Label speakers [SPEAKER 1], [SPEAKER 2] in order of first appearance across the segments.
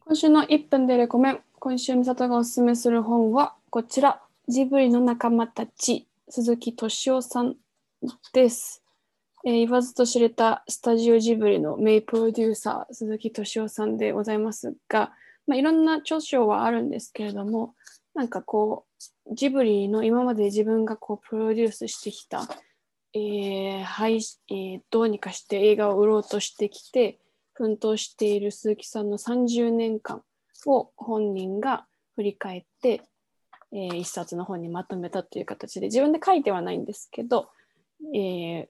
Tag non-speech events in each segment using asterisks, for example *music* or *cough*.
[SPEAKER 1] 今週の1分でレコメン。今週、美里がおすすめする本はこちら、ジブリの仲間たち、鈴木敏夫さんです、えー言わずと知れたスタジオジブリの名プロデューサー、鈴木敏夫さんでございますが、まあ、いろんな著書はあるんですけれども、なんかこう、ジブリの今まで自分がこうプロデュースしてきた、えーはいえーどうにかして映画を売ろうとしてきて、奮闘している鈴木さんの30年間を本人が振り返って、えー一冊の本にまとめたという形で自分で書いてはないんですけど、えー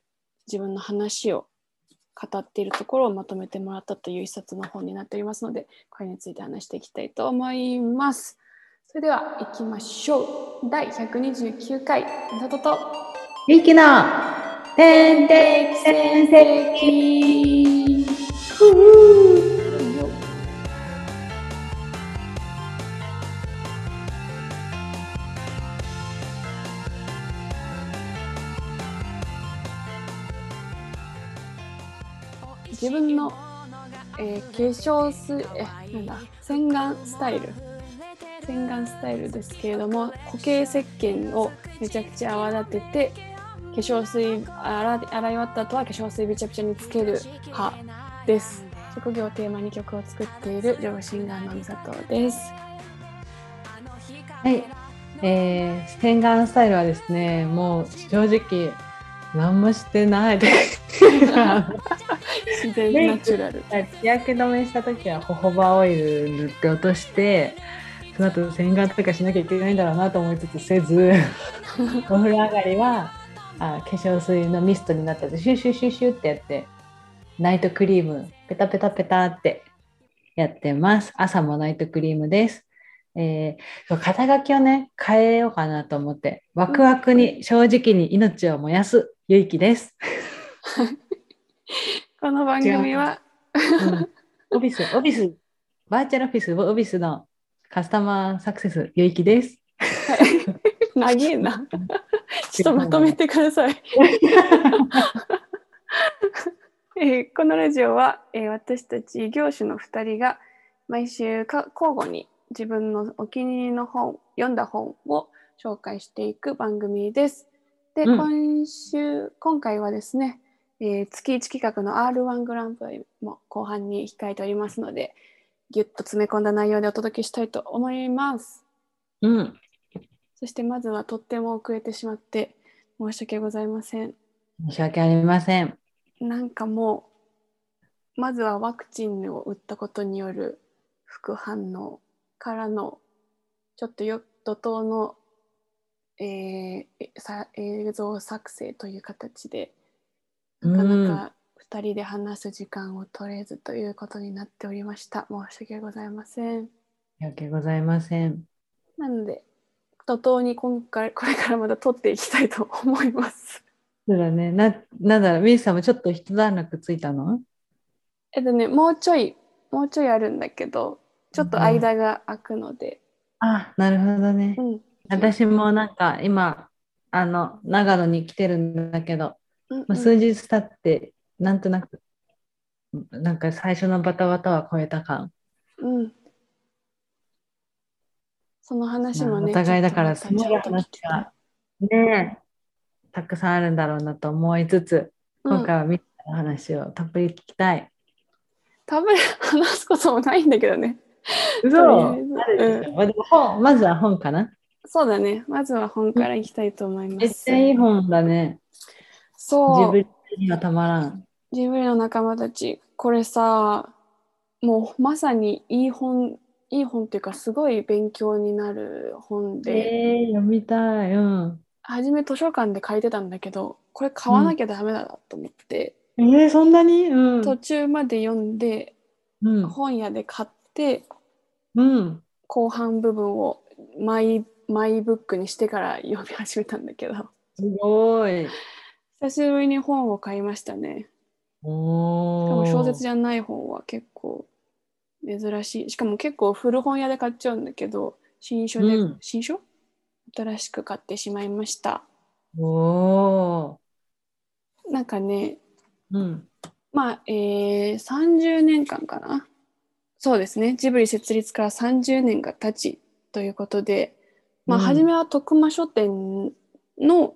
[SPEAKER 1] 自分の話を語っているところをまとめてもらったという一冊の本になっておりますのでこれについて話していきたいと思います。それでは行きましょう。第129回、みさとと
[SPEAKER 2] リキの天敵先生
[SPEAKER 1] 自分の、えー化粧水えなんだ洗顔スタイル洗顔スタイルですけれども固形石鹸をめちゃくちゃ泡立てて化粧水洗い洗い終わった後は化粧水びちゃびちゃにつける派です職業をテーマに曲を作っている女シンガーの美里です
[SPEAKER 2] はい、えー、洗顔スタイルはですねもう正直何もしてないです *laughs*
[SPEAKER 1] 自然ナチュラル
[SPEAKER 2] 日焼け止めした時はホホバオイル塗って落としてその後洗顔とかしなきゃいけないんだろうなと思いつつ
[SPEAKER 1] *laughs*
[SPEAKER 2] せずお風呂上がりはあ化粧水のミストになったりシュシュシュシュってやってナイトクリームペタペタペタってやってます朝もナイトクリームですえーそう肩書きをね変えようかなと思ってワクワクに正直に命を燃やすゆいきです
[SPEAKER 1] この番組は
[SPEAKER 2] オフィス、オフィス、バーチャルオフィス、オフィスのカスタマーサクセス、ゆいきです。 *laughs*
[SPEAKER 1] 長えな *laughs* ちょっとまとめてくださいえーこのラジオは、えー私たち異業種の2人が毎週か交互に自分のお気に入りの本読んだ本を紹介していく番組です。で、
[SPEAKER 2] うん
[SPEAKER 1] 今週今回はですね、えー月1企画の R1 グランプリも後半に控えておりますのでぎゅっと詰め込んだ内容でお届けしたいと思います。
[SPEAKER 2] うん。
[SPEAKER 1] そしてまずはとっても遅れてしまって申し訳ございません。
[SPEAKER 2] 申し訳ありません。
[SPEAKER 1] なんかもうまずはワクチンを打ったことによる副反応からのちょっとよ怒涛の、えーさ映像作成という形でなかなか2人で話す時間を取れずということになっておりました申し訳ございません
[SPEAKER 2] 申し訳ございません。
[SPEAKER 1] なので怒涛に今回これからまた撮っていきたいと思います
[SPEAKER 2] そうだね。な、なんだろう、ミスさんもちょっと一段落ついたの
[SPEAKER 1] えっとねもうちょいもうちょいあるんだけどちょっと間が空くので、
[SPEAKER 2] あ、なるほどね
[SPEAKER 1] う。ん、
[SPEAKER 2] 私もなんか今、あの、長野に来てるんだけど、
[SPEAKER 1] うんう
[SPEAKER 2] まあ、
[SPEAKER 1] ん
[SPEAKER 2] 数日経って、なんとなく、なんか最初のバタバタは超えた感。
[SPEAKER 1] うん。その話
[SPEAKER 2] ま
[SPEAKER 1] も
[SPEAKER 2] あ
[SPEAKER 1] ね。
[SPEAKER 2] お互いだから
[SPEAKER 1] ち
[SPEAKER 2] す
[SPEAKER 1] ょっと
[SPEAKER 2] ごい
[SPEAKER 1] またちょっ
[SPEAKER 2] 話
[SPEAKER 1] と
[SPEAKER 2] がねえたくさんあるんだろうなと思いつつ今回
[SPEAKER 1] うん、
[SPEAKER 2] はみんなの話をたっぷり聞きたい。
[SPEAKER 1] 多分話すこともないんだけどね。
[SPEAKER 2] 嘘
[SPEAKER 1] と
[SPEAKER 2] あ
[SPEAKER 1] り
[SPEAKER 2] る
[SPEAKER 1] あえず
[SPEAKER 2] でしょまあでも本まずは本かな。
[SPEAKER 1] そうだね。まずは本からいきたいと思いま
[SPEAKER 2] めっ
[SPEAKER 1] す。
[SPEAKER 2] ちゃいい本だね。
[SPEAKER 1] そ
[SPEAKER 2] 自
[SPEAKER 1] う。
[SPEAKER 2] 分にはたまらん。
[SPEAKER 1] ジブリの仲間たちこれさもうまさにいい本いい本っていうかすごい勉強になる本
[SPEAKER 2] え
[SPEAKER 1] で、
[SPEAKER 2] ー読みたい。うん。
[SPEAKER 1] 初め図書館で借りてたんだけどこれ買わなきゃダメだなと思って、
[SPEAKER 2] えー、そんなにうん。
[SPEAKER 1] 途中まで読んで
[SPEAKER 2] うん。
[SPEAKER 1] 本屋で買って
[SPEAKER 2] うん。
[SPEAKER 1] 後半部分をマイマイブックにしてから読み始めたんだけど
[SPEAKER 2] すごい。
[SPEAKER 1] 久しぶりに本を買いましたねしか
[SPEAKER 2] お
[SPEAKER 1] も
[SPEAKER 2] お。
[SPEAKER 1] 小説じゃない本は結構珍しいしかも結構古本屋で買っちゃうんだけど新書で、
[SPEAKER 2] うん
[SPEAKER 1] 新書新しく買ってしまいました
[SPEAKER 2] おお
[SPEAKER 1] なんかね
[SPEAKER 2] ー。うん。
[SPEAKER 1] まあえー30年間かなそうですねジブリ設立から30年が経ちということで、まあ、
[SPEAKER 2] うん
[SPEAKER 1] 初めは徳間書店の、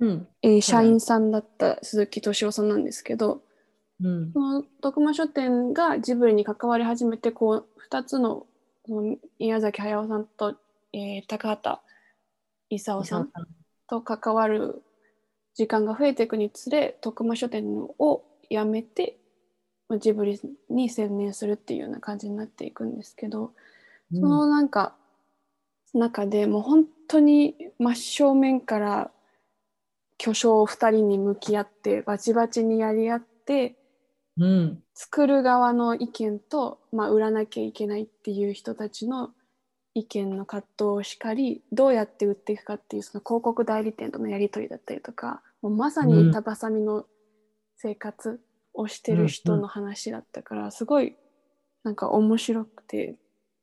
[SPEAKER 2] うん。
[SPEAKER 1] えー社員さんだった鈴木敏夫さんなんですけど、
[SPEAKER 2] うん。
[SPEAKER 1] その徳間書店がジブリに関わり始めてこう2つのその宮崎駿さんと、えー高畑勲さんと関わる時間が増えていくにつれ徳間書店を辞めてまあジブリに専念するっていうような感じになっていくんですけど、そのなんか中でもう本当に真正面から巨匠2人に向き合ってバチバチにやり合って
[SPEAKER 2] うん。
[SPEAKER 1] 作る側の意見と、まあ、売らなきゃいけないっていう人たちの意見の葛藤をしかりどうやって売っていくかっていうその広告代理店とのやり取りだったりとかもうまさに板挟みの生活をしてる人の話だったから、すごいなんか面白くて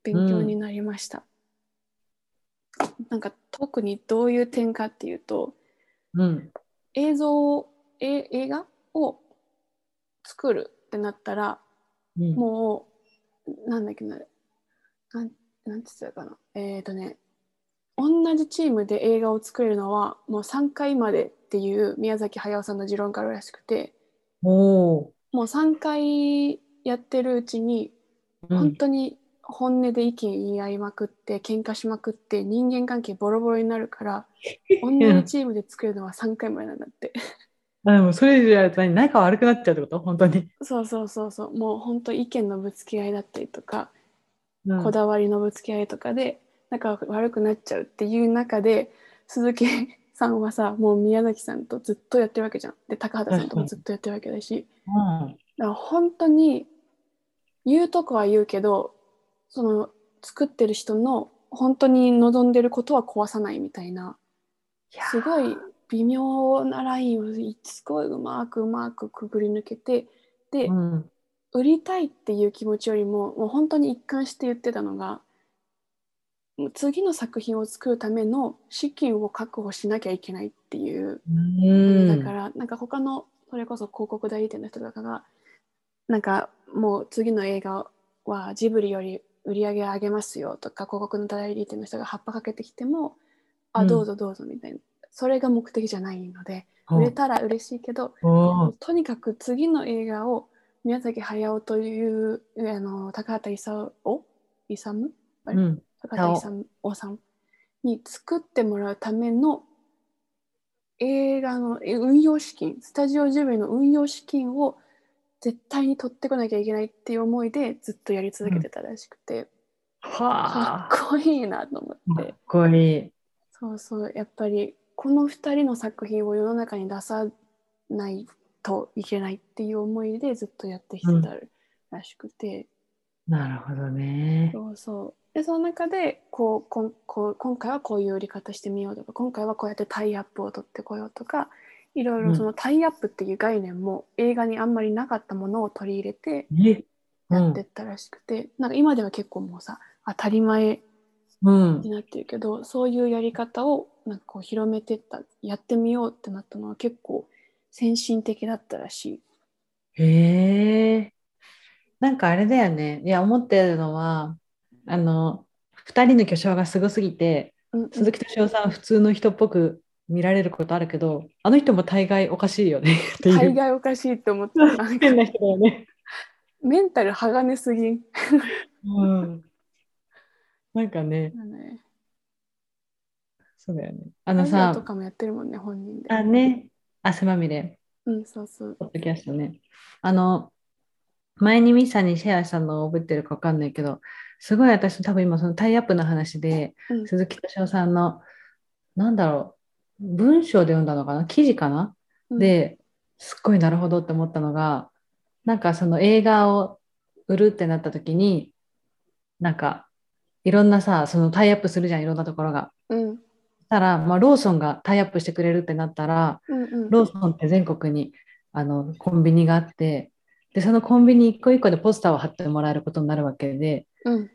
[SPEAKER 1] 勉強になりました。なんか特にどういう点かっていうと、
[SPEAKER 2] うん。
[SPEAKER 1] 映像をえ映画を作るってなったら
[SPEAKER 2] うん。
[SPEAKER 1] もうなんだっけななんなんて言ってたかなえっ、ー、とね同じチームで映画を作れるのはもう3回までっていう宮崎駿さんの持論があるらしくて
[SPEAKER 2] おお。
[SPEAKER 1] もう3回やってるうちに
[SPEAKER 2] う
[SPEAKER 1] 本
[SPEAKER 2] ん。
[SPEAKER 1] 当に本音で意見言い合いまくって喧嘩しまくって人間関係ボロボロになる
[SPEAKER 2] *laughs*
[SPEAKER 1] から同じチームで作るのは3回までなんだって。
[SPEAKER 2] あでもそれじゃ何仲悪くなっちゃうってこと本当に。
[SPEAKER 1] そうそうそうそうもう本当意見のぶつけ合いだったりとか、
[SPEAKER 2] うん
[SPEAKER 1] こだわりのぶつけ合いとかで仲が悪くなっちゃうっていう中で鈴木さんはさもう宮崎さんとずっとやってるわけじゃんで高畑さんともずっとやってるわけだし
[SPEAKER 2] うん
[SPEAKER 1] だから本当に言うとこは言うけどその作ってる人の本当に望んでることは壊さないみたいな。
[SPEAKER 2] いやー
[SPEAKER 1] すごい微妙なラインをすごいうまくうまくくぐり抜けてで、
[SPEAKER 2] うん
[SPEAKER 1] 売りたいっていう気持ちよりももう本当に一貫して言ってたのがもう次の作品を作るための資金を確保しなきゃいけないっていう、
[SPEAKER 2] うん
[SPEAKER 1] だからなんか他のそれこそ広告代理店の人とかがなんかもう次の映画はジブリより売り上げ上げますよとか広告の代理店の人が葉っぱかけてきても、
[SPEAKER 2] う
[SPEAKER 1] あ
[SPEAKER 2] ん
[SPEAKER 1] どうぞどうぞみたいなそれが目的じゃないので
[SPEAKER 2] お
[SPEAKER 1] 売れたら嬉しいけど
[SPEAKER 2] お
[SPEAKER 1] とにかく次の映画を宮崎駿というあの高畑勲を勇
[SPEAKER 2] うん
[SPEAKER 1] 高畑勲おさんに作ってもらうための映画のえ運用資金スタジオジブリの運用資金を絶対に取ってこなきゃいけないっていう思いでずっとやり続けてたらしくて、
[SPEAKER 2] は
[SPEAKER 1] か
[SPEAKER 2] あ
[SPEAKER 1] っこいいなと思って。
[SPEAKER 2] かっこいい。
[SPEAKER 1] そうそうやっぱりこの2人の作品を世の中に出さないといけないっていう思いでずっとやってきてたらしくて、
[SPEAKER 2] なるほどね。
[SPEAKER 1] そうそうでその中でこうこんこう今回はこういう売り方してみようとか今回はこうやってタイアップを取ってこようとかいろいうろ
[SPEAKER 2] ん
[SPEAKER 1] そのタイアップっていう概念も映画にあんまりなかったものを取り入れて
[SPEAKER 2] えう
[SPEAKER 1] やっ
[SPEAKER 2] ん
[SPEAKER 1] てったらしくて、なんか今では結構もうさ当たり前
[SPEAKER 2] うん
[SPEAKER 1] になってるけどそういうやり方をなんかこう広めてったやってみようってなったのは結構先進的だったらしい。
[SPEAKER 2] へえ。なんかあれだよね。いや、思ってるのは、あの、二人の巨匠がすごすぎて、
[SPEAKER 1] うんうん
[SPEAKER 2] 鈴木敏夫さんは普通の人っぽく見られることあるけど、あの人も大概おかしい *laughs* よねってい
[SPEAKER 1] 大
[SPEAKER 2] う。
[SPEAKER 1] 概おかしいって思
[SPEAKER 2] *laughs*
[SPEAKER 1] ったなんか
[SPEAKER 2] 変な人だよね。
[SPEAKER 1] メンタル鋼すぎん。
[SPEAKER 2] うん。なんかね、
[SPEAKER 1] ね、
[SPEAKER 2] そうだよね。あ
[SPEAKER 1] ラ
[SPEAKER 2] の
[SPEAKER 1] ジオと
[SPEAKER 2] さ、
[SPEAKER 1] かもやってるもんね本人で。
[SPEAKER 2] あ、ね、汗まみれ、
[SPEAKER 1] うんそうそう。
[SPEAKER 2] ポッドキャストね。あの、前にミッサにシェアしたのを覚えてるかわかんないけど、すごい私多分今そのタイアップの話で、
[SPEAKER 1] うん
[SPEAKER 2] 鈴木敏夫さんの、なんだろう、文章で読んだのかな記事かな、
[SPEAKER 1] うん、
[SPEAKER 2] ですっごいなるほどって思ったのが、なんかその映画を売るってなった時に、なんかいろんなさ、そのタイアップするじゃん、いろんなところが。
[SPEAKER 1] うん
[SPEAKER 2] たら、まあ、ローソンがタイアップしてくれるってなったら、
[SPEAKER 1] うんうん。
[SPEAKER 2] ローソンって全国にあのコンビニがあって、で、そのコンビニ一個一個でポスターを貼ってもらえることになるわけで、
[SPEAKER 1] うん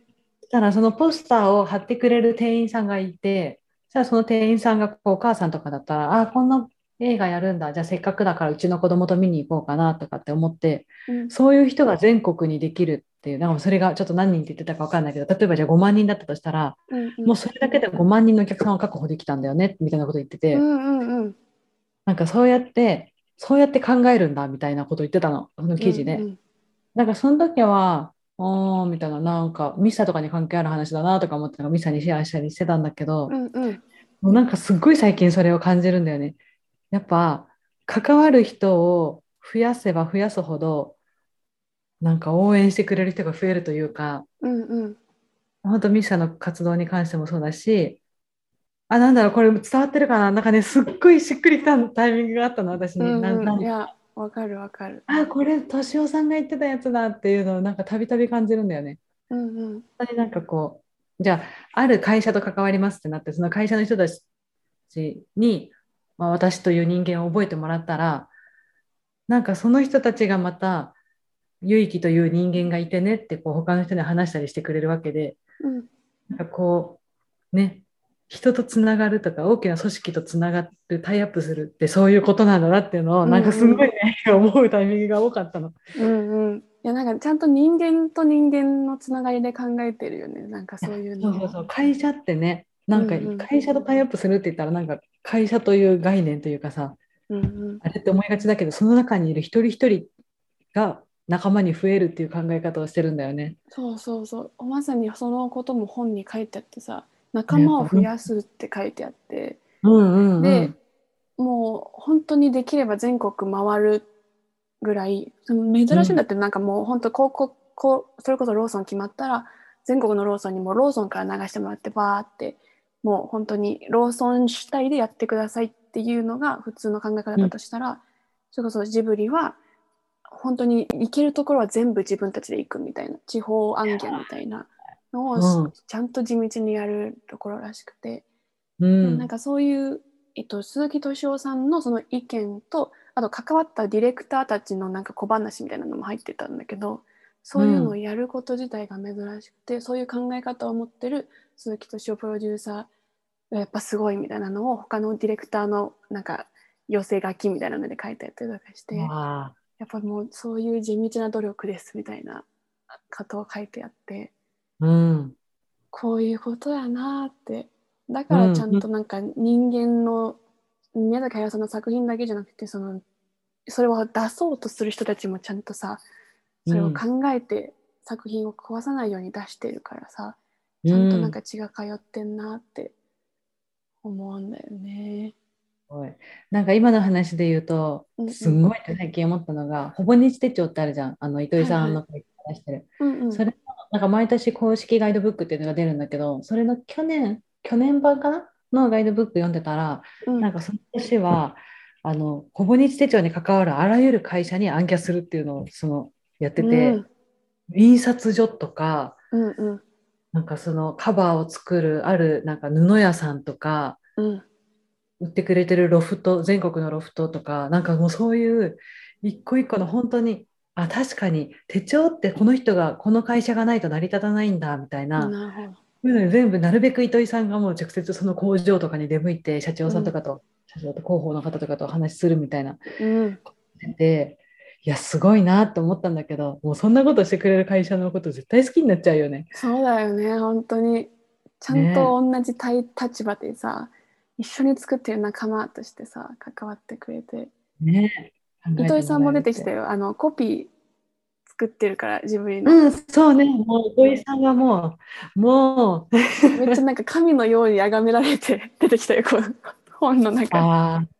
[SPEAKER 2] たらそのポスターを貼ってくれる店員さんがいて、じゃあその店員さんがこうお母さんとかだったら、ああ、こんな映画やるんだ、じゃあせっかくだからうちの子供と見に行こうかなとかって思って、
[SPEAKER 1] うん
[SPEAKER 2] そういう人が全国にできるっていう、なんかそれがちょっと何人って言ってたかわかんないけど、例えばじゃあ5万人だったとしたら、
[SPEAKER 1] うんうん
[SPEAKER 2] もうそれだけで5万人のお客さんを確保できたんだよね、みたいなこと言ってて、
[SPEAKER 1] うんうんうん。
[SPEAKER 2] なんかそうやって、そうやって考えるんだ、みたいなこと言ってたの、その記事で。
[SPEAKER 1] うんうん
[SPEAKER 2] なんかその時は、あーみたいな、なんかミサとかに関係ある話だなとか思って、なんかミサにシェアしたりしてたんだけど、
[SPEAKER 1] うんうん。
[SPEAKER 2] もうなんかすっごい最近それを感じるんだよね。やっぱ関わる人を増やせば増やすほどなんか応援してくれる人が増えるというか
[SPEAKER 1] うんうん。
[SPEAKER 2] 本当ミシャの活動に関してもそうだしあなんだろうこれ伝わってるかななんかねすっごいしっくりきたタイミングがあったの私に。
[SPEAKER 1] うん
[SPEAKER 2] なんな
[SPEAKER 1] うんんいや、わかるわかる。
[SPEAKER 2] あこれ敏夫さんが言ってたやつだっていうのをなんかたびたび感じるんだよね。
[SPEAKER 1] うんうん。
[SPEAKER 2] 本当になんかこうじゃあある会社と関わりますってなってその会社の人たちに、まあ、私という人間を覚えてもらったらなんかその人たちがまた結城という人間がいてねってこう他の人に話したりしてくれるわけで
[SPEAKER 1] うん
[SPEAKER 2] なんかこうね人とつながるとか大きな組織とつながるタイアップするってそういうことなんだなっていうのをなんかすごいね、 *laughs* 思うタイミングが多かったの。
[SPEAKER 1] うんうん。いや、なんかちゃんと人間と人間のつながりで考えてるよね。なんかそういう
[SPEAKER 2] そ
[SPEAKER 1] の。
[SPEAKER 2] うそうそう会社ってねなんか
[SPEAKER 1] うんうん
[SPEAKER 2] 会社とタイアップするって言ったらなんか会社という概念というかさ
[SPEAKER 1] うんうん。
[SPEAKER 2] あれって思いがちだけどその中にいる一人一人が仲間に増えるっていう考え方をしてるんだよね。
[SPEAKER 1] そうそうそうまさにそのことも本に書いてあってさ仲間を増やすって書いてあって、
[SPEAKER 2] うんうんうん、
[SPEAKER 1] でもう本当にできれば全国回るぐらいその珍しいんだって、なんかもう本当高校こうそれこそローソン決まったら全国のローソンにもローソンから流してもらってバーってもう本当にローソン主体でやってくださいっていうのが普通の考え方だとしたら、それこそジブリは本当に行けるところは全部自分たちで行くみたいな地方案件みたいなの
[SPEAKER 2] う
[SPEAKER 1] を
[SPEAKER 2] ん
[SPEAKER 1] ちゃんと地道にやるところらしくて。
[SPEAKER 2] うん
[SPEAKER 1] なんかそういう、えっと、鈴木敏夫さんのその意見とあと関わったディレクターたちのなんか小話みたいなのも入ってたんだけどそういうのをやること自体が珍しくて、そういう考え方を持ってる鈴木敏夫プロデューサーがやっぱすごいみたいなのを他のディレクターのなんか寄せ書きみたいなので書いてあったりとかして、や
[SPEAKER 2] わあ
[SPEAKER 1] っぱもうそういう地道な努力ですみたいなことを書いてあって。
[SPEAKER 2] うん
[SPEAKER 1] こういうことやなーってだからちゃんとなんか人間の宮崎駿さんの作品だけじゃなくてそのそれを出そうとする人たちもちゃんとさそれを考えて作品を壊さないように出してるからさ、ちゃんとなん
[SPEAKER 2] う
[SPEAKER 1] か血が通ってんなって思うんだよね。
[SPEAKER 2] すごいなんか今の話で言うと
[SPEAKER 1] うんうん
[SPEAKER 2] すごいって最近思ったのが「ほぼ日手帳」ってあるじゃんあの糸井さんの会話してる。
[SPEAKER 1] うんうん、
[SPEAKER 2] それのなんか毎年公式ガイドブックっていうのが出るんだけど、それの去年、去年版かなのガイドブック読んでたら、
[SPEAKER 1] うん
[SPEAKER 2] なんかその年は、あの、ほぼ日手帳に関わるあらゆる会社に暗キャするっていうのをそのやってて、
[SPEAKER 1] うん
[SPEAKER 2] 印刷所とか、
[SPEAKER 1] うんうん
[SPEAKER 2] なんかそのカバーを作るあるなんか布屋さんとか、
[SPEAKER 1] うん
[SPEAKER 2] 売ってくれてるロフト全国のロフトとかなんかもうそういう一個一個の本当にあ確かに手帳ってこの人がこの会社がないと成り立たないんだみたいな、
[SPEAKER 1] なるほ
[SPEAKER 2] そういうのに全部なるべく糸井さんがもう直接その工場とかに出向いて社長さんとかと、社長と広報の方とかとお話しするみたいな
[SPEAKER 1] ど。うん
[SPEAKER 2] でいやすごいなと思ったんだけどもうそんなことしてくれる会社のこと絶対好きになっちゃうよね。
[SPEAKER 1] そうだよね本当にちゃんと同じ対立場でさ、一緒に作ってる仲間としてさ関わってくれて
[SPEAKER 2] ね
[SPEAKER 1] 糸井さんも出てきたよあのコピー作ってるからジブリの、
[SPEAKER 2] うんそうねもう糸井さんがもうもう
[SPEAKER 1] めっちゃなんか神のように崇められて *laughs* 出てきたよこの本の中に
[SPEAKER 2] ああ *laughs*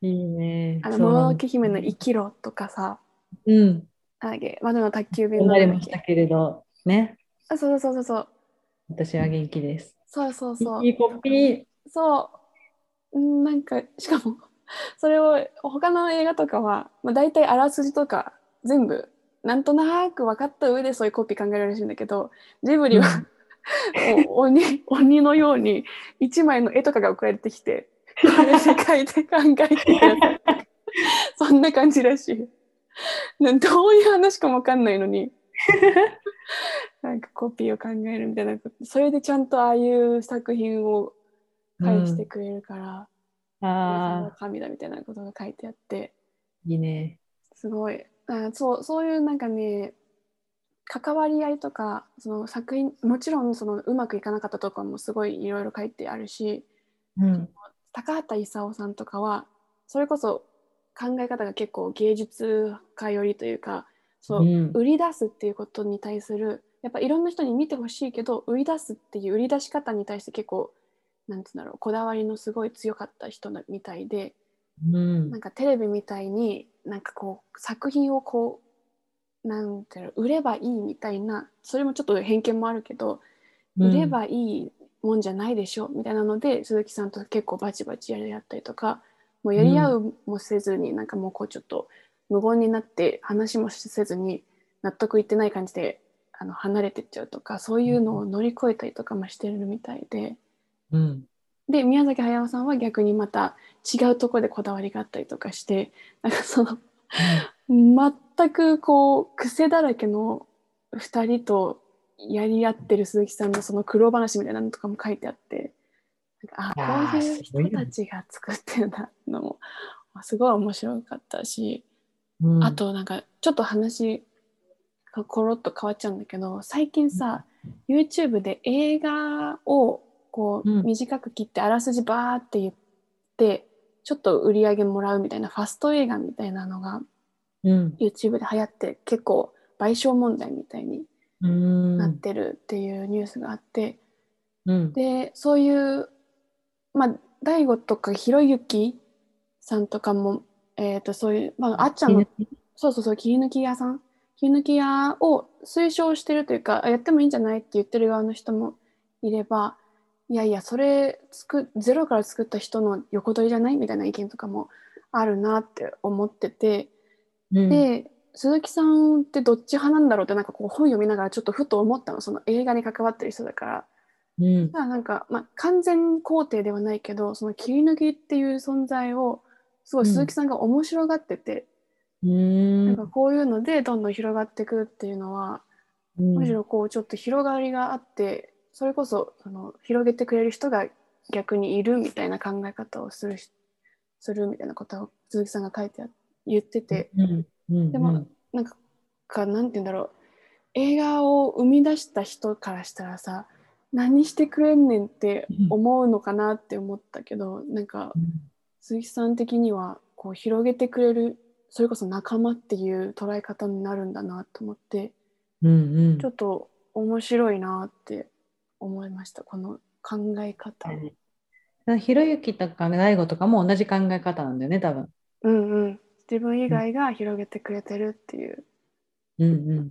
[SPEAKER 2] いいね。
[SPEAKER 1] あの「
[SPEAKER 2] そう
[SPEAKER 1] もの
[SPEAKER 2] な
[SPEAKER 1] の
[SPEAKER 2] んだ
[SPEAKER 1] け姫の生きろ」とかさ
[SPEAKER 2] うん
[SPEAKER 1] 「なんだっけ窓の宅急便の
[SPEAKER 2] 生ま
[SPEAKER 1] な
[SPEAKER 2] れ
[SPEAKER 1] んだ
[SPEAKER 2] ま
[SPEAKER 1] っ
[SPEAKER 2] し
[SPEAKER 1] け
[SPEAKER 2] たけれどね
[SPEAKER 1] あそうそうそうそう
[SPEAKER 2] 私は元気です。
[SPEAKER 1] そうそうそう
[SPEAKER 2] いいコピー
[SPEAKER 1] そううんなんかしかも *laughs* それを他の映画とかは、まあ、大体あらすじとか全部なんとなく分かった上でそういうコピー考えるらしいんだけどジブリは *laughs* お鬼鬼のように一枚の絵とかが送られてきてこれ世界で考えてください *laughs* そんな感じらしいなどういう話かも分かんないのになんかコピーを考えるみたいなことそれでちゃんとああいう作品を返してくれるから、
[SPEAKER 2] あ
[SPEAKER 1] の
[SPEAKER 2] あ
[SPEAKER 1] 神だみたいなことが書いてあって
[SPEAKER 2] いいね。
[SPEAKER 1] すごいあそうそういうなんかね関わり合いとかその作品もちろんそのうまくいかなかったとかもすごいいろいろ書いてあるし
[SPEAKER 2] うん
[SPEAKER 1] 高畑勲さんとかはそれこそ考え方が結構芸術家寄りというかそう、
[SPEAKER 2] うん
[SPEAKER 1] 売り出すっていうことに対するやっぱいろんな人に見てほしいけど売り出すっていう売り出し方に対して結構なんて言うんだろうこだわりのすごい強かった人なみたいで
[SPEAKER 2] うん
[SPEAKER 1] なんかテレビみたいになんかこう作品をこうなんていうの売ればいいみたいなそれもちょっと偏見もあるけど、売ればいいもんじゃないでしょみたいなので鈴木さんと結構バチバチやり合ったりとかもうやり合うもせずに、なんかもうこうちょっと無言になって話もせずに納得いってない感じであの離れてっちゃうとかそういうのを乗り越えたりとかもしてるみたいで
[SPEAKER 2] うん
[SPEAKER 1] で宮崎駿さんは逆にまた違うところでこだわりがあったりとかしてなんかその全くこう癖だらけの2人とやり合ってる鈴木さんのその苦労話みたいなのとかも書いてあってなん
[SPEAKER 2] いや
[SPEAKER 1] かあこ
[SPEAKER 2] ー
[SPEAKER 1] ういう
[SPEAKER 2] すごい
[SPEAKER 1] 人
[SPEAKER 2] よ
[SPEAKER 1] た
[SPEAKER 2] ね
[SPEAKER 1] ちが作ってるなのもまあすごい面白かったし、
[SPEAKER 2] うん
[SPEAKER 1] あとなんかちょっと話がコロッと変わっちゃうんだけど最近さ YouTube で映画をこ
[SPEAKER 2] う
[SPEAKER 1] うん短く切ってあらすじバーって言ってちょっと売り上げもらうみたいなファスト映画みたいなのが
[SPEAKER 2] うん
[SPEAKER 1] YouTube で流行って結構賠償問題みたいに
[SPEAKER 2] うん
[SPEAKER 1] なってるっていうニュースがあって、
[SPEAKER 2] うん
[SPEAKER 1] でそういうまあ大悟とかひろゆきさんとかも、えー、とそういう、まあ、あっちゃんのそうそうそう切り抜き屋さん切り抜き屋を推奨してるというかあやってもいいんじゃないって言ってる側の人もいればいやいやそれ作ゼロから作った人の横取りじゃないみたいな意見とかもあるなって思ってて。
[SPEAKER 2] うん
[SPEAKER 1] で鈴木さんってどっち派なんだろうってなんかこう本読みながらちょっとふと思ったのその映画に関わってる人だから
[SPEAKER 2] うん
[SPEAKER 1] だからなんか、まあ、完全肯定ではないけどその切り抜きっていう存在をすごい
[SPEAKER 2] うん
[SPEAKER 1] 鈴木さんが面白がってて、
[SPEAKER 2] うん
[SPEAKER 1] なんかこういうのでどんどん広がってくっていうのは、
[SPEAKER 2] うん
[SPEAKER 1] むしろこうちょっと広がりがあってそれこそその広げてくれる人が逆にいるみたいな考え方をするしするみたいなことを鈴木さんが書いてあ言ってて。
[SPEAKER 2] うんうん
[SPEAKER 1] で
[SPEAKER 2] うん
[SPEAKER 1] もなんかかなんて言うんだろう映画を生み出した人からしたらさ何してくれんねんって思うのかなって思ったけどなんか鈴木さん的にはこう広げてくれるそれこそ仲間っていう捉え方になるんだなと思って
[SPEAKER 2] うんうん
[SPEAKER 1] ちょっと面白いなって思いましたこの考え方。
[SPEAKER 2] ひろゆきとかね大悟とかも同じ考え方なんだよね多分
[SPEAKER 1] うんうん、自分以外が広げてくれてるっていう
[SPEAKER 2] うんうん
[SPEAKER 1] い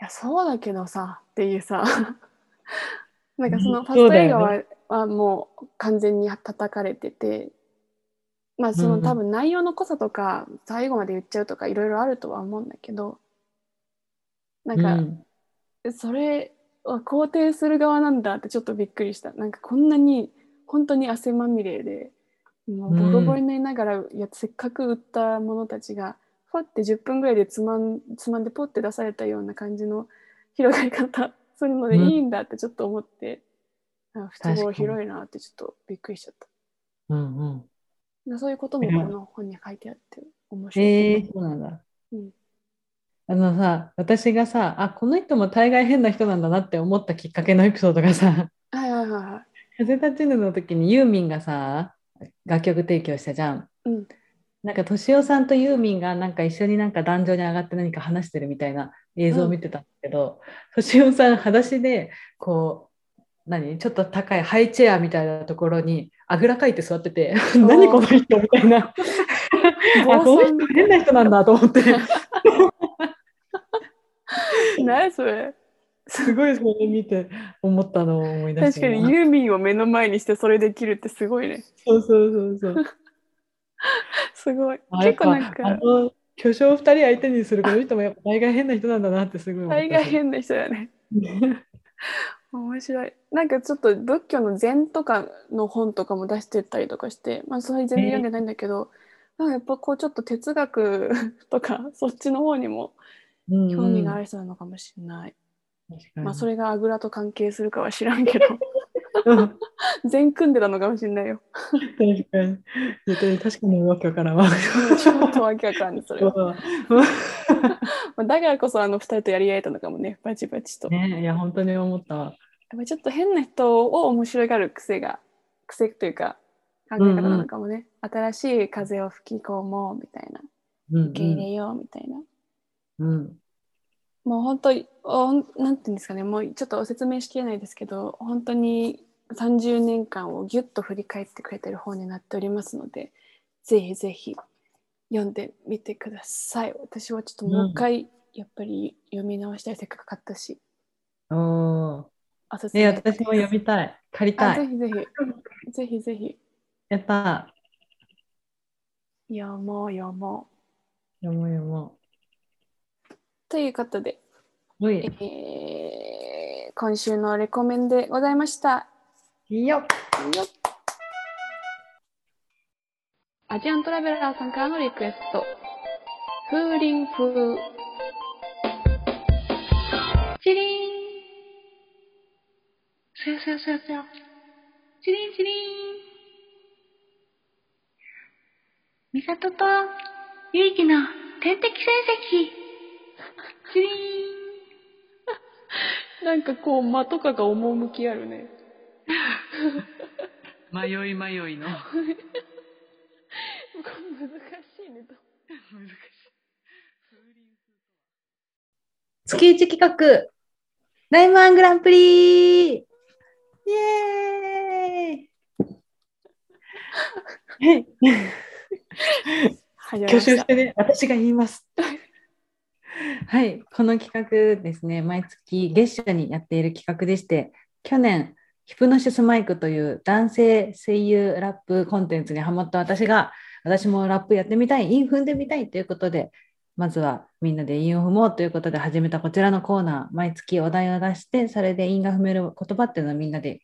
[SPEAKER 1] やそうだけどさっていうさ *laughs* なんかその
[SPEAKER 2] うん
[SPEAKER 1] ファス
[SPEAKER 2] そ
[SPEAKER 1] ト
[SPEAKER 2] うだよね
[SPEAKER 1] 映画は,、はもう完全に叩かれててまあそ
[SPEAKER 2] うん
[SPEAKER 1] の
[SPEAKER 2] うん
[SPEAKER 1] 多分内容の濃さとか最後まで言っちゃうとかいろいろあるとは思うんだけどなん
[SPEAKER 2] ん
[SPEAKER 1] かそれは肯定する側なんだってちょっとびっくりしたなんかこんなに本当に汗まみれでもうボロボロになりながら、いやせっかく売った者たちがふわって10分ぐらいでつまんつまんでポッて出されたような感じの広がり方するのでいいんだってちょっと思って、あ懐広いなってちょっとびっくりしちゃった
[SPEAKER 2] うんうん
[SPEAKER 1] なそういうこともこの本に書いてあって面白い、
[SPEAKER 2] えー、そうなんだ。
[SPEAKER 1] うん
[SPEAKER 2] あのさ、私がさ、あ、この人も大概変な人なんだなって思ったきっかけのエピソードがさ、
[SPEAKER 1] はいはいはいはい
[SPEAKER 2] 風立ちぬの時にユーミンがさ、楽曲提供したじゃん。
[SPEAKER 1] うん
[SPEAKER 2] なんか敏夫さんとユーミンがなんか一緒になんか壇上に上がって何か話してるみたいな映像を見てたんだけど、敏夫さん裸足でこう何ちょっと高いハイチェアみたいなところにあぐらかいて座ってて何この人みたいなあこの
[SPEAKER 1] 坊さん
[SPEAKER 2] 人変な人なんだと思って
[SPEAKER 1] 何それ
[SPEAKER 2] すごいそれ見て思ったのを思い出し
[SPEAKER 1] 確
[SPEAKER 2] た
[SPEAKER 1] かにユーミンを目の前にしてそれできるってすごいね
[SPEAKER 2] そうそうそうそう
[SPEAKER 1] すごい
[SPEAKER 2] あやっ
[SPEAKER 1] 結
[SPEAKER 2] ぱ
[SPEAKER 1] 構なん
[SPEAKER 2] あ
[SPEAKER 1] か
[SPEAKER 2] の巨匠二人相手にするこの人もやっぱ大概変な人なんだなってすごい思った
[SPEAKER 1] 大概変な人だ
[SPEAKER 2] *laughs*
[SPEAKER 1] ね面白いなんかちょっと仏教の禅とかの本とかも出してたりとかしてまあそれ全然読んでないんだけど、なんかやっぱこうちょっと哲学 *laughs* とかそっちの方にも興味があ
[SPEAKER 2] る、
[SPEAKER 1] りそうなのかもしれない、
[SPEAKER 2] 確かに
[SPEAKER 1] まあそれがあぐらと関係するかは知らんけ
[SPEAKER 2] *laughs*
[SPEAKER 1] ど
[SPEAKER 2] うん
[SPEAKER 1] 禅組んでたのかもしれない
[SPEAKER 2] *laughs*
[SPEAKER 1] よ
[SPEAKER 2] 確かに絶対確かにわけわからんわ
[SPEAKER 1] ちょっとわけわからんねそれはまあだからこそあの2人とやり合えたのかもね、バチバチと。やっ
[SPEAKER 2] ねいや本当に思った
[SPEAKER 1] ぱちょっと変な人を面白がる癖が、癖というか、考え方なのかもね。新しい風を吹き込もうみたいな、
[SPEAKER 2] うん
[SPEAKER 1] 受け入れようみたいな。
[SPEAKER 2] うん
[SPEAKER 1] もう本当におんなんていうんですかねもうちょっと説明しきれないですけど本当に30年間をぎゅっと振り返ってくれてる本になっておりますのでぜひぜひ読んでみてください私はちょっともう一回、やっぱり読み直したいせっかく買ったし
[SPEAKER 2] うんおー
[SPEAKER 1] あそ
[SPEAKER 2] え私も読みたい借りた
[SPEAKER 1] あ
[SPEAKER 2] い
[SPEAKER 1] ぜひぜひぜひぜひ
[SPEAKER 2] やった
[SPEAKER 1] 読もう読もう
[SPEAKER 2] 読もう読も
[SPEAKER 1] ということで、
[SPEAKER 2] うお
[SPEAKER 1] え
[SPEAKER 2] い
[SPEAKER 1] ー今週のレコメンでございました
[SPEAKER 2] いいよ
[SPEAKER 1] アジアントラベラーさんからのリクエスト。風鈴風。チリン。すやすやすやすや。チリンチリン。
[SPEAKER 3] 美里とゆいきの天敵成績。チリ
[SPEAKER 1] なんかこう、間とかが趣ある
[SPEAKER 3] *laughs*
[SPEAKER 1] ね。
[SPEAKER 2] 迷い迷いの難
[SPEAKER 1] 難しいね。
[SPEAKER 2] しい月一企画ライマングランプリイエーイ *laughs*
[SPEAKER 1] はや
[SPEAKER 2] 挙手してね、私が言います。 *laughs* はい、この企画ですね、毎月月初にやっている企画でして、去年、ヒプノシスマイクという男性声優ラップコンテンツにハマった私が、私もラップやってみたい、イン踏んでみたいということで、まずはみんなで韻を踏もうということで始めたこちらのコーナー、毎月お題を出して、それで韻が踏める言葉っていうのをみんなで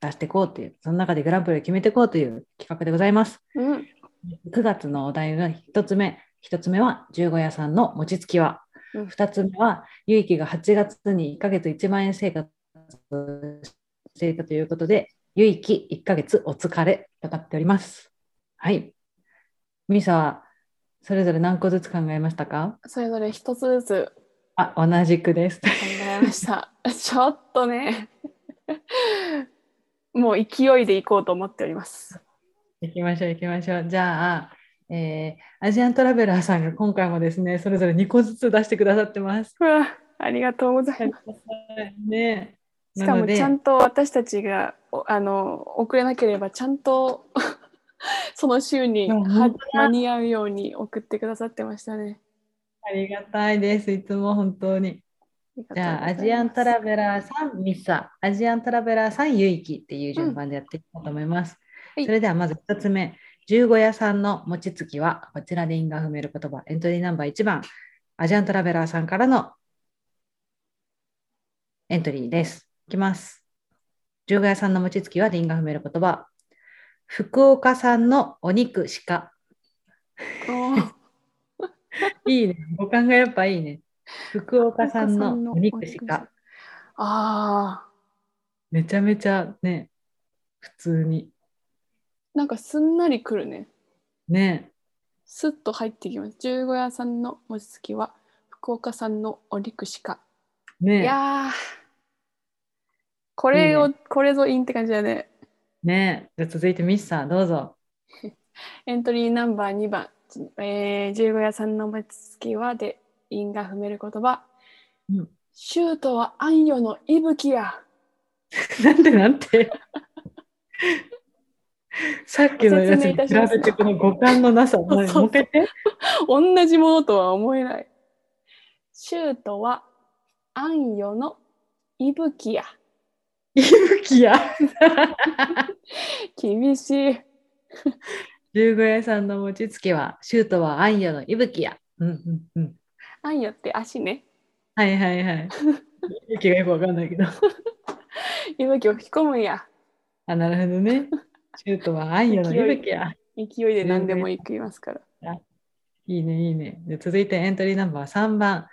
[SPEAKER 2] 出していこうという、その中でグランプリを決めていこうという企画でございます。
[SPEAKER 1] うん。
[SPEAKER 2] 9月のお題が1つ目。1つ目は十五夜さんの餅つき
[SPEAKER 1] う
[SPEAKER 2] は。
[SPEAKER 1] ん
[SPEAKER 2] 2つ目は、ゆいきが8月に1ヶ月1万円生活をしていたということで、ゆいき1ヶ月お疲れとなっております。はい。ミサはそれぞれ何個ずつ考えましたか
[SPEAKER 1] それぞれ一つずつ
[SPEAKER 2] あ、同じくです。
[SPEAKER 1] 考えま
[SPEAKER 2] *laughs*
[SPEAKER 1] した。ちょっとね。もう勢いでいこうと思っております。
[SPEAKER 2] 行きましょう行きましょう。じゃあ、えーアジアントラベラーさんが今回もですね、それぞれ2個ずつ出してくださってます。
[SPEAKER 1] うわありがとうございます。
[SPEAKER 2] ね、
[SPEAKER 1] しか
[SPEAKER 2] な
[SPEAKER 1] も
[SPEAKER 2] ので
[SPEAKER 1] ちゃんと私たちがおあの遅れなければちゃんと *laughs* その週に
[SPEAKER 2] うん
[SPEAKER 1] は
[SPEAKER 2] 本
[SPEAKER 1] 間に合うように送ってくださってましたね。
[SPEAKER 2] ありがたいです。いつも本当に。じゃあ、アジアントラベラーさん、ミサ、アジアントラベラーさん、ユイキっていう順番でやっていこうと思いま
[SPEAKER 1] うん
[SPEAKER 2] す。
[SPEAKER 1] はい
[SPEAKER 2] それではまず2つ目、十五夜さんの餅つきは、こちらで因果踏める言葉、エントリーナンバー1番、アジアントラベラーさんからのエントリーです。いきます。十五夜さんの餅つきは、因果踏める言葉、福岡産のお肉しか。
[SPEAKER 1] おー
[SPEAKER 2] いいね。五感がやっぱいいね。福岡産のお肉しか。
[SPEAKER 1] あ
[SPEAKER 2] めちゃめちゃね、普通に。
[SPEAKER 1] ーなんかすんなりくるね。
[SPEAKER 2] ね。
[SPEAKER 1] スッと入ってきます。十五夜さんの餅つきは福岡さんのお肉しか。い
[SPEAKER 2] ね。
[SPEAKER 1] やーこれを
[SPEAKER 2] いい
[SPEAKER 1] これぞインって感じだね。
[SPEAKER 2] ね。じゃあ続いてミッサー、どうぞ。 *laughs*
[SPEAKER 1] エントリーナンバー2番、えー、十五夜さんの餅つきはで、因が踏める言葉、
[SPEAKER 2] うん
[SPEAKER 1] シュートは暗夜の息吹や。
[SPEAKER 2] なんでなんて。 *laughs* さっきのやつ
[SPEAKER 1] ご説明
[SPEAKER 2] に比
[SPEAKER 1] いたします
[SPEAKER 2] べてこの五感のなさ、もう
[SPEAKER 1] そうそう
[SPEAKER 2] 一回言って
[SPEAKER 1] 同じものとは思えない。シュートは暗夜の息吹や。
[SPEAKER 2] 息吹や。
[SPEAKER 1] 厳しい。
[SPEAKER 2] 十五夜さんの餅つきは、シュートは暗夜の息吹や。うんうんうん。
[SPEAKER 1] 暗夜って足ね。
[SPEAKER 2] はいは
[SPEAKER 1] *laughs*
[SPEAKER 2] いはい。息吹がよくわかんないけど。
[SPEAKER 1] 息吹を吹き込むんや。
[SPEAKER 2] あ、なるほどね。シュートは暗夜の息吹や。
[SPEAKER 1] 勢いで何でもいきますから。
[SPEAKER 2] いいね、いいね。で続いてエントリーナンバー3番、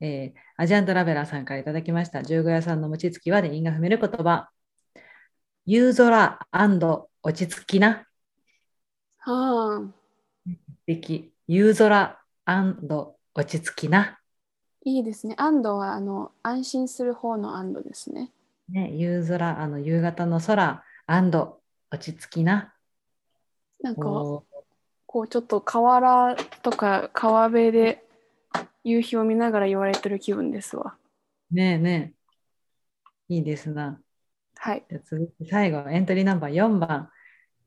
[SPEAKER 2] えーアジアントラベラーさんからいただきました。十五夜さんの餅つきはで因が踏める言葉。夕空落ち着きな。
[SPEAKER 1] はあ、
[SPEAKER 2] 素敵。夕空落ち着きな。
[SPEAKER 1] いいですね。安堵はあの安心する方の安堵ですね。
[SPEAKER 2] ね、夕空、あの夕方の空、安堵、落ち着きな。
[SPEAKER 1] なんか
[SPEAKER 2] こ
[SPEAKER 1] こうちょっと河原とか川辺で夕日を見ながら言われてる気分ですわ。
[SPEAKER 2] うねえねえ。いいですな。
[SPEAKER 1] はい。
[SPEAKER 2] じゃあ続いて最後、エントリーナンバー4番。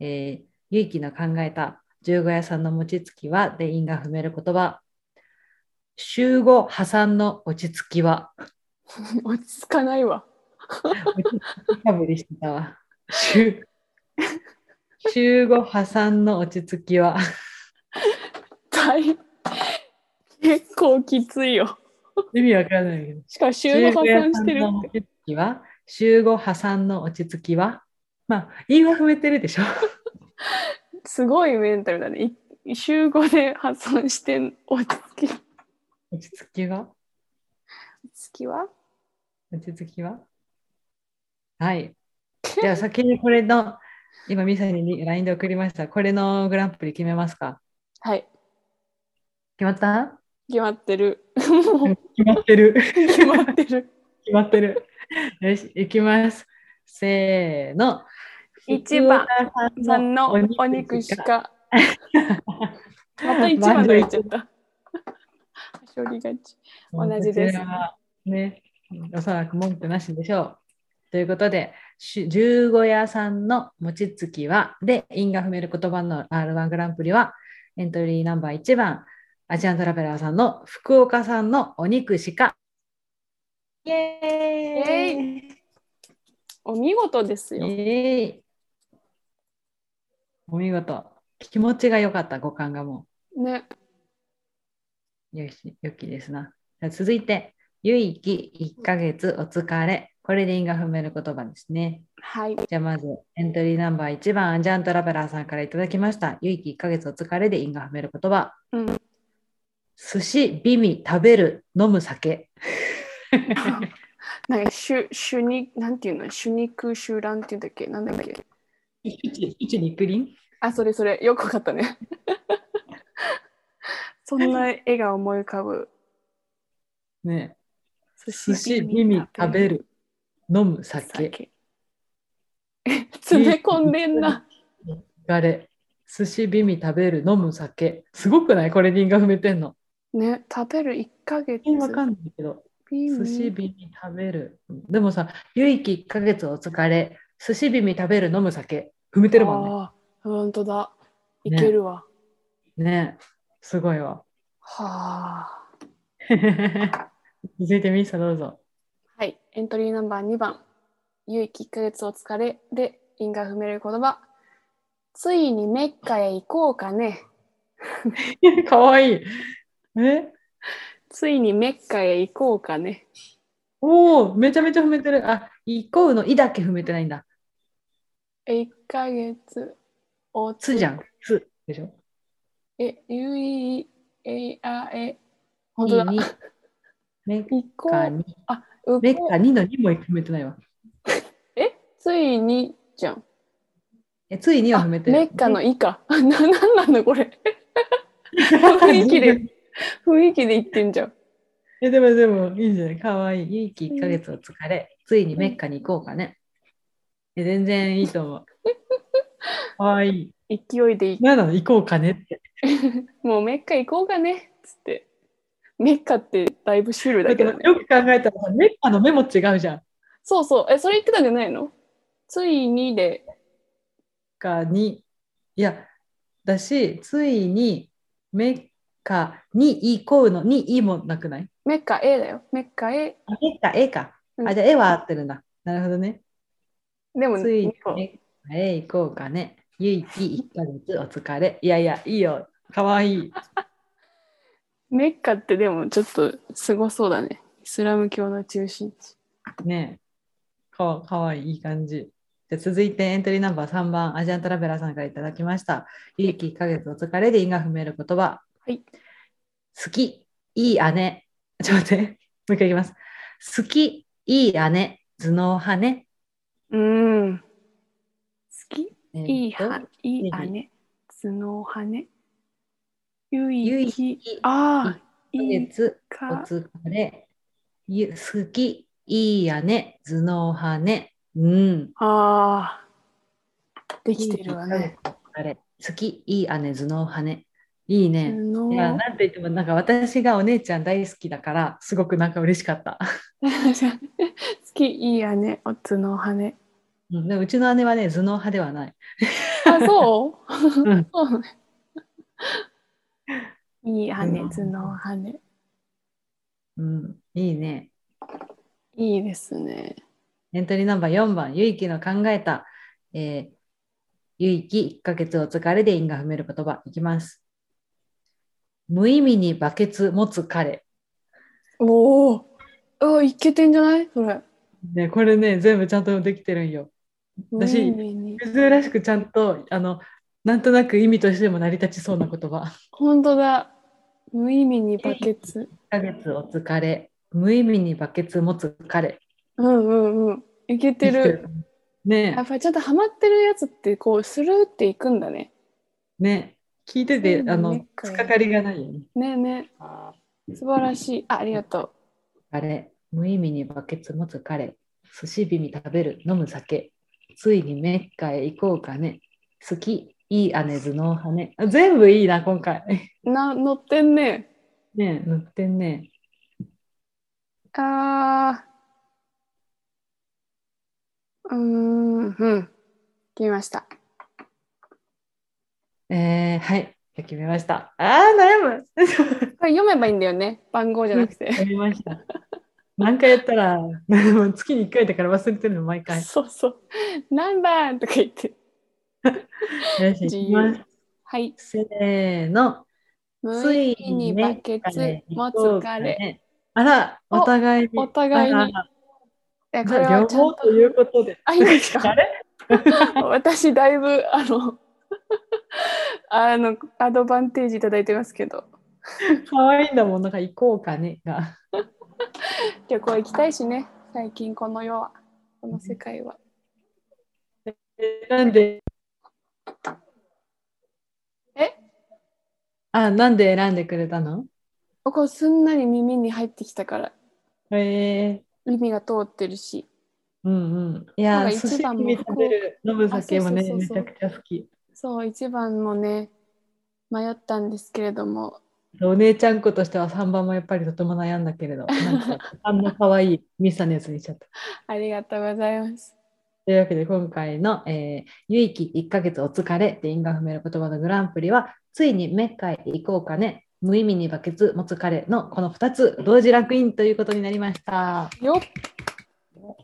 [SPEAKER 2] えー、ゆいきの考えた十五夜さんの餅つきは、で、因が踏める言葉。週五破産の落ち着きは。 *laughs*
[SPEAKER 1] 落ち着かないわ。
[SPEAKER 2] かぶりしてたわ。週週5破産の落ち着きは。
[SPEAKER 1] 大変結構きついよ。
[SPEAKER 2] 意味わからないけど。
[SPEAKER 1] しかも週の破産して
[SPEAKER 2] 週
[SPEAKER 1] る
[SPEAKER 2] 五
[SPEAKER 1] っ
[SPEAKER 2] 破産の
[SPEAKER 1] て。
[SPEAKER 2] 落ち着きは週5破産の落ち着きはまあ、言いは踏めてるでしょ。
[SPEAKER 1] すごいメンタルだね。い週5で破産してん落ち着き。落
[SPEAKER 2] 落ち着きは
[SPEAKER 1] ち着きは
[SPEAKER 2] 落ち着きははい。じゃあ先にこれ *laughs* の、今、ミサに LINE で送りました。これのグランプリ決めますか
[SPEAKER 1] はい。
[SPEAKER 2] 決まった
[SPEAKER 1] 決まってる。 *laughs*
[SPEAKER 2] 決まってる。 *laughs*
[SPEAKER 1] 決まってる。
[SPEAKER 2] 決まってる。よし、いきます。せーの。
[SPEAKER 1] 一番
[SPEAKER 2] さ
[SPEAKER 1] さ
[SPEAKER 2] ん
[SPEAKER 1] ん
[SPEAKER 2] の
[SPEAKER 1] の
[SPEAKER 2] お
[SPEAKER 1] お
[SPEAKER 2] 肉
[SPEAKER 1] 肉
[SPEAKER 2] し
[SPEAKER 1] し
[SPEAKER 2] か。
[SPEAKER 1] か。また一番取れちゃった。勝利勝ち。同じです
[SPEAKER 2] こちらはね、おそらく文句なしでしょう。ということで、し十五夜さんの餅つきは、で、因が踏める言葉の R1 グランプリは、エントリーナンバー1番、アジアントラベラーさんの福岡さんのお肉しか。イエーイ
[SPEAKER 1] お見事ですよ。
[SPEAKER 2] ええお見事。気持ちが良かった、五感がも
[SPEAKER 1] ね。
[SPEAKER 2] う、よし、良きですな。じゃあ続いて、ゆいき1ヶ月お疲れ。これで因が踏める言葉ですね。
[SPEAKER 1] はい。
[SPEAKER 2] じゃあまず、エントリーナンバー1番、アンジャントラベラーさんからいただきました。ゆいき1ヶ月お疲れで因が踏める言葉。
[SPEAKER 1] うん。
[SPEAKER 2] 寿司、美味、食べる、飲む酒。
[SPEAKER 1] なんか主主になんていうの主肉主卵っていうんだっけなんだっけ
[SPEAKER 2] 一肉林
[SPEAKER 1] あそれそれよくわかった *laughs* ねそんな絵が思い浮かぶ
[SPEAKER 2] ね
[SPEAKER 1] 寿
[SPEAKER 2] 寿司、美味、食べる、飲む酒。
[SPEAKER 1] 酒え *laughs* 詰め込んでんな
[SPEAKER 2] あれ寿司美味食べる飲む酒すごくないこれ輪が踏めてんの
[SPEAKER 1] ね食べる1ヶ月
[SPEAKER 2] わかんないけど
[SPEAKER 1] ビーム
[SPEAKER 2] 寿司美味食べるでもさ「ゆいき1ヶ月お疲れ寿司美味食べる飲む酒」踏めてるもん
[SPEAKER 1] あーほんとだい
[SPEAKER 2] ね
[SPEAKER 1] けるわ、
[SPEAKER 2] ねねすごいわ *laughs*
[SPEAKER 1] はあ
[SPEAKER 2] 続いてミッサどうぞ *laughs*
[SPEAKER 1] はい、エントリーナンバー2番、ゆいき1ヶ月お疲れで、因が踏める言葉、ついにメッカへ行こうかね。
[SPEAKER 2] かわいいえ
[SPEAKER 1] ついにメッカへ行こうかね。
[SPEAKER 2] おおめちゃめちゃ踏めてるあイコウの「い」だけ踏めてないんだ
[SPEAKER 1] 1ヶ月お
[SPEAKER 2] 「つ」じゃん「つ」でしょ
[SPEAKER 1] え、ゆい、え、あ、え、
[SPEAKER 2] 「
[SPEAKER 1] 本当だ。
[SPEAKER 2] い」に「めっ
[SPEAKER 1] 行こ
[SPEAKER 2] か
[SPEAKER 1] う。
[SPEAKER 2] に」
[SPEAKER 1] う
[SPEAKER 2] 「めっ
[SPEAKER 1] こ
[SPEAKER 2] かに」の「に」も踏めてないわ
[SPEAKER 1] ついに、じゃん。
[SPEAKER 2] えついには踏めてる。
[SPEAKER 1] メッカの *laughs* いか。な、なんなんだこ
[SPEAKER 2] *laughs*
[SPEAKER 1] れ。雰囲気で。雰囲気で言ってんじゃん。
[SPEAKER 2] え、でもでもいいんじゃないかわいい。ゆいき1ヶ月お疲れ。ついにメッカに行こうかね。え、全然いいと思う。かわいい。
[SPEAKER 1] 勢いで行
[SPEAKER 2] なんなの行こうかねって。
[SPEAKER 1] もうメッカ行こうかねっつって。メッカってだいぶシュールだ
[SPEAKER 2] だ
[SPEAKER 1] け
[SPEAKER 2] け
[SPEAKER 1] ど
[SPEAKER 2] ど
[SPEAKER 1] ね。
[SPEAKER 2] *laughs* よく考えたらさメッカの目も違うじゃん。
[SPEAKER 1] そうそう。え、それ言ってたんじゃないのついにで、
[SPEAKER 2] かに。いや、だし、ついにメッカに行こうの、にいいもなくない
[SPEAKER 1] メッカ A だよ。メッカ A。
[SPEAKER 2] あメッカ、えか。あ、じゃあ、えは合ってるんだ。なるほどね。
[SPEAKER 1] でも、
[SPEAKER 2] ついに
[SPEAKER 1] 二個
[SPEAKER 2] ね、え行こうかね。ゆいき1ヶ月お疲れ。いやいや、いいよ。かわいい。
[SPEAKER 1] メッカってでもちょっとすごそうだね。イスラム教の中心地。
[SPEAKER 2] ねえかわかわいい、いい感じ。じゃあ続いてエントリーナンバー3番、アジアントラベラーさんからいただきました。ゆいき1ヶ月お疲れで因が踏める言葉。
[SPEAKER 1] はい。
[SPEAKER 2] 好き、いい姉。ちょっと待って、もう一回いきます。好き、いい姉、頭脳派ね。
[SPEAKER 1] うーん。好き
[SPEAKER 2] えーと
[SPEAKER 1] いいは、いい
[SPEAKER 2] いい
[SPEAKER 1] 姉。頭脳派ね。ゆ
[SPEAKER 2] ゆ
[SPEAKER 1] い
[SPEAKER 2] い
[SPEAKER 1] き。
[SPEAKER 2] き
[SPEAKER 1] ああ、いい
[SPEAKER 2] 月、お
[SPEAKER 1] か
[SPEAKER 2] 疲れ、ゆ好き、いいやね、頭脳派ね、うん。
[SPEAKER 1] ああ、できてるわね。
[SPEAKER 2] あれ、好き、いい姉、頭脳派ね。いいね。
[SPEAKER 1] の
[SPEAKER 2] いや、
[SPEAKER 1] *laughs*
[SPEAKER 2] なんて言っても、なんか私がお姉ちゃん大好きだから、すごくなんか嬉しかった。
[SPEAKER 1] 好きいいやね、おつの羽。
[SPEAKER 2] うん、でもうちの姉はね、頭脳派ではない。
[SPEAKER 1] あ、そう
[SPEAKER 2] うん
[SPEAKER 1] そうなのいい羽、
[SPEAKER 2] うん
[SPEAKER 1] 頭の羽。
[SPEAKER 2] うん、いいね。
[SPEAKER 1] いいですね。
[SPEAKER 2] エントリーナンバー4番、ゆいきの考えた、えー、ゆいき1ヶ月お疲れで因が踏める言葉、いきます。無意味にバケツ持つ彼。
[SPEAKER 1] おお。あ、いけてんじゃないそれ。
[SPEAKER 2] ね、これね、全部ちゃんとできてるんよ。私
[SPEAKER 1] 無意味に
[SPEAKER 2] 珍しくちゃんと、あの、なんとなく意味としても成り立ちそうな言葉。
[SPEAKER 1] 本当だ。無意味にバケツ。
[SPEAKER 2] 1ヶ月お疲れ、無意味にバケツ持つ彼。
[SPEAKER 1] うんうんうん。いけてる。。や
[SPEAKER 2] ね
[SPEAKER 1] っぱりちょっとハマってるやつってこうスルーっていくんだね。
[SPEAKER 2] ね聞いてて、
[SPEAKER 1] そ
[SPEAKER 2] あ
[SPEAKER 1] う
[SPEAKER 2] の
[SPEAKER 1] ね、
[SPEAKER 2] つかかりがないよね。
[SPEAKER 1] ねえねえ。素晴らしい。あ、ありがと
[SPEAKER 2] あれ、無意味にバケツ持つ彼、寿司ビミ食べる、飲む酒、ついにメッカへ行こうかね、好き、いい姉、頭脳派ね。あ全部いいな、今 *laughs* 回。
[SPEAKER 1] う。な、乗ってんね。
[SPEAKER 2] ねえ、乗ってんね。
[SPEAKER 1] あーうーん、うん。来ました。
[SPEAKER 2] えー、はい、決めました。あー、悩む。
[SPEAKER 1] これ読めばいいんだよね。番号じゃなくて。
[SPEAKER 2] 決めました。何回やったら、 *laughs* もう月に1回だから忘れてるの、毎 *laughs* 回。
[SPEAKER 1] そうそう。何番とか言って。
[SPEAKER 2] よし、
[SPEAKER 1] 自由
[SPEAKER 2] いきます。
[SPEAKER 1] はい。
[SPEAKER 2] せーの。
[SPEAKER 1] 無
[SPEAKER 2] つ
[SPEAKER 1] 意
[SPEAKER 2] い
[SPEAKER 1] 味にバケツ持つ彼。
[SPEAKER 2] れ。あら、お互いに。
[SPEAKER 1] お互いに
[SPEAKER 2] あら
[SPEAKER 1] いやこ
[SPEAKER 2] じ
[SPEAKER 1] れ
[SPEAKER 2] ゃあ
[SPEAKER 1] は
[SPEAKER 2] 両
[SPEAKER 1] ちゃん
[SPEAKER 2] 方
[SPEAKER 1] と。
[SPEAKER 2] ということで。
[SPEAKER 1] あ、いいんですか
[SPEAKER 2] あれ
[SPEAKER 1] *laughs* 私、だいぶ、あの、 *laughs* あの、アドバンテージいただいてますけど。
[SPEAKER 2] 可愛いんだもん、なんか行こうかねが。
[SPEAKER 1] 旅行行きたいしね。最近、この世は。この世界は。
[SPEAKER 2] なんで
[SPEAKER 1] え
[SPEAKER 2] あ、なんで選んでくれたの
[SPEAKER 1] おこうすんなり耳に入ってきたから。
[SPEAKER 2] えー、
[SPEAKER 1] 意味が通ってるし。
[SPEAKER 2] うんうん。い
[SPEAKER 1] な
[SPEAKER 2] や
[SPEAKER 1] ん
[SPEAKER 2] ー、
[SPEAKER 1] か
[SPEAKER 2] 寿
[SPEAKER 1] 一
[SPEAKER 2] 司
[SPEAKER 1] 番も
[SPEAKER 2] に食べる飲む酒もね
[SPEAKER 1] あそうそうそうそう
[SPEAKER 2] めちゃくちゃ好き。
[SPEAKER 1] そう、一番もね、迷ったんですけれども、
[SPEAKER 2] お姉ちゃん子としては3番もやっぱりとても悩んだけれど、なんかあんな可愛いミサのやつにしちゃった。
[SPEAKER 1] ありがとうございます。
[SPEAKER 2] というわけで今回の、えー、ゆいき1ヶ月お疲れで因果不明の言葉のグランプリは、ついにメッカへ行こうかね、無意味にバケツ持つ彼のこの2つ、同時ランクインということになりました。
[SPEAKER 1] よっ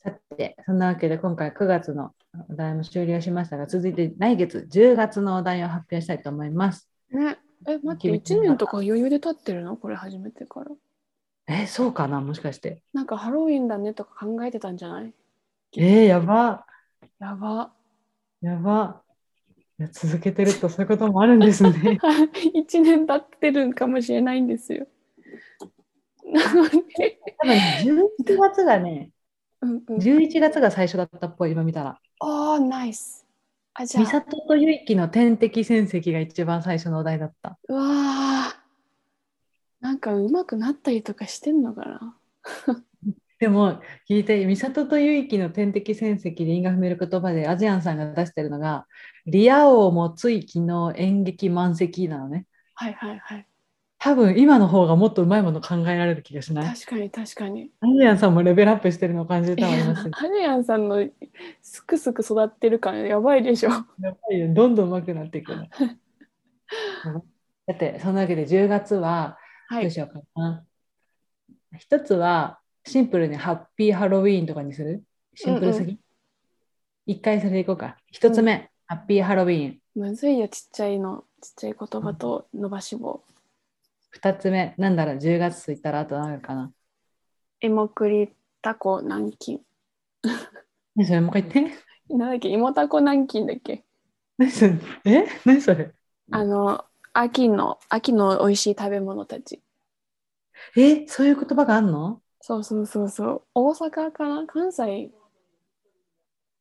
[SPEAKER 2] さて、そんなわけで今回9月のお題も終了しましたが、続いて来月10月のお題を発表したいと思います。
[SPEAKER 1] ね、え、待って、1年とか余裕で経ってるのこれ始めてから。
[SPEAKER 2] えーそうかな、もしかして。
[SPEAKER 1] なんかハロウィンだねとか考えてたんじゃない
[SPEAKER 2] えー、やば。
[SPEAKER 1] やば。。
[SPEAKER 2] やば。いや続けてるとそういうこともあるんですね
[SPEAKER 1] 1年経 *laughs* ってるんかもしれないんですよ。なのに、
[SPEAKER 2] *laughs* 多分11月がね、
[SPEAKER 1] うんうん、
[SPEAKER 2] 11月が最初だったっぽい、今見たら。
[SPEAKER 1] おー、ナイス。あ、じゃ
[SPEAKER 2] 美
[SPEAKER 1] あ、
[SPEAKER 2] 里とゆいきの天敵戦績が一番最初のお題だった。
[SPEAKER 1] うわー。なんか上手くなったりとかしてんのかな
[SPEAKER 2] でも聞いて、美里とゆいきの天敵戦績で因果踏める言葉でアジアンさんが出してるのが、リア王もつい昨日演劇満席なのね。
[SPEAKER 1] はいはいはい。
[SPEAKER 2] 多分今の方がもっとうまいもの考えられる気がしない。
[SPEAKER 1] 確かに確かに。
[SPEAKER 2] アジアンさんもレベルアップしてるのを感じ
[SPEAKER 1] い
[SPEAKER 2] て
[SPEAKER 1] や
[SPEAKER 2] おります
[SPEAKER 1] ア。リアンさんのすくすく育ってる感やばいでしょ。 *laughs*
[SPEAKER 2] やばいよ、どんどん上手くなっていく *laughs* の。だって、そんなわけで10月は
[SPEAKER 1] は
[SPEAKER 2] どう
[SPEAKER 1] い。
[SPEAKER 2] しようかな。一つはシンプルにハッピーハロウィーンとかにするシンプルすぎ。一回それでいこうか。一つ目、ハッピーハロウィーン。
[SPEAKER 1] むずいよ、ちっちゃいの。ちっちゃい言葉と伸ばし棒。
[SPEAKER 2] 二つ目、なんだろう、10月といったらあと何かな。
[SPEAKER 1] エモクリタコ軟禁。
[SPEAKER 2] 何それもう一回 *laughs* 言って。
[SPEAKER 1] なんだっけ、イモタコ軟禁だっけ。
[SPEAKER 2] 何それえ何それ
[SPEAKER 1] あの、秋の、秋の美味しい食べ物たち。
[SPEAKER 2] えそういう言葉があんの
[SPEAKER 1] そうそうそうそう。大阪かな関西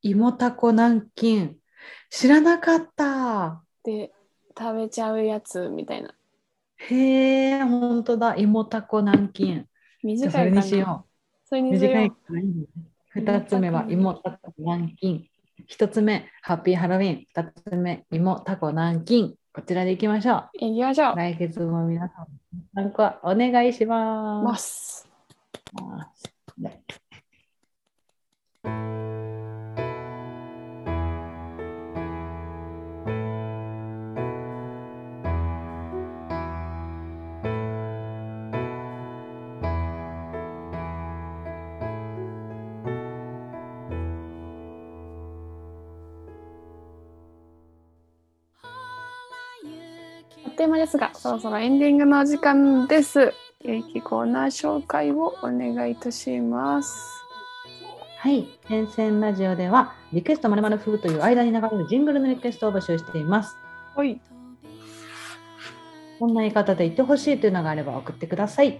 [SPEAKER 2] 芋たこ軟禁。知らなかった。
[SPEAKER 1] で食べちゃうやつみたいな。
[SPEAKER 2] へえ、本当だ。芋たこ南京。じ
[SPEAKER 1] 短
[SPEAKER 2] ゃあ
[SPEAKER 1] い
[SPEAKER 2] そ
[SPEAKER 1] か
[SPEAKER 2] れ
[SPEAKER 1] な
[SPEAKER 2] にしよ
[SPEAKER 1] それ
[SPEAKER 2] う。
[SPEAKER 1] にしよう
[SPEAKER 2] 短いからいいね。二つ目は芋たこ南京。一つ目、ハッピーハロウィン。二つ目、芋たこ南京。こちらでいきましょう。
[SPEAKER 1] 行きましょう。
[SPEAKER 2] 来月も皆さん、参加お願いしま。
[SPEAKER 1] ますす。あっという間ですが、そろそろエンディングのお時間です。ゆいきコーナー紹介をお願いいたします。
[SPEAKER 2] はい、変遷ラジオではリクエストまるまる風という間に流れるジングルのリクエストを募集しています。
[SPEAKER 1] はい、
[SPEAKER 2] こんな言い方で言ってほしいというのがあれば送ってください。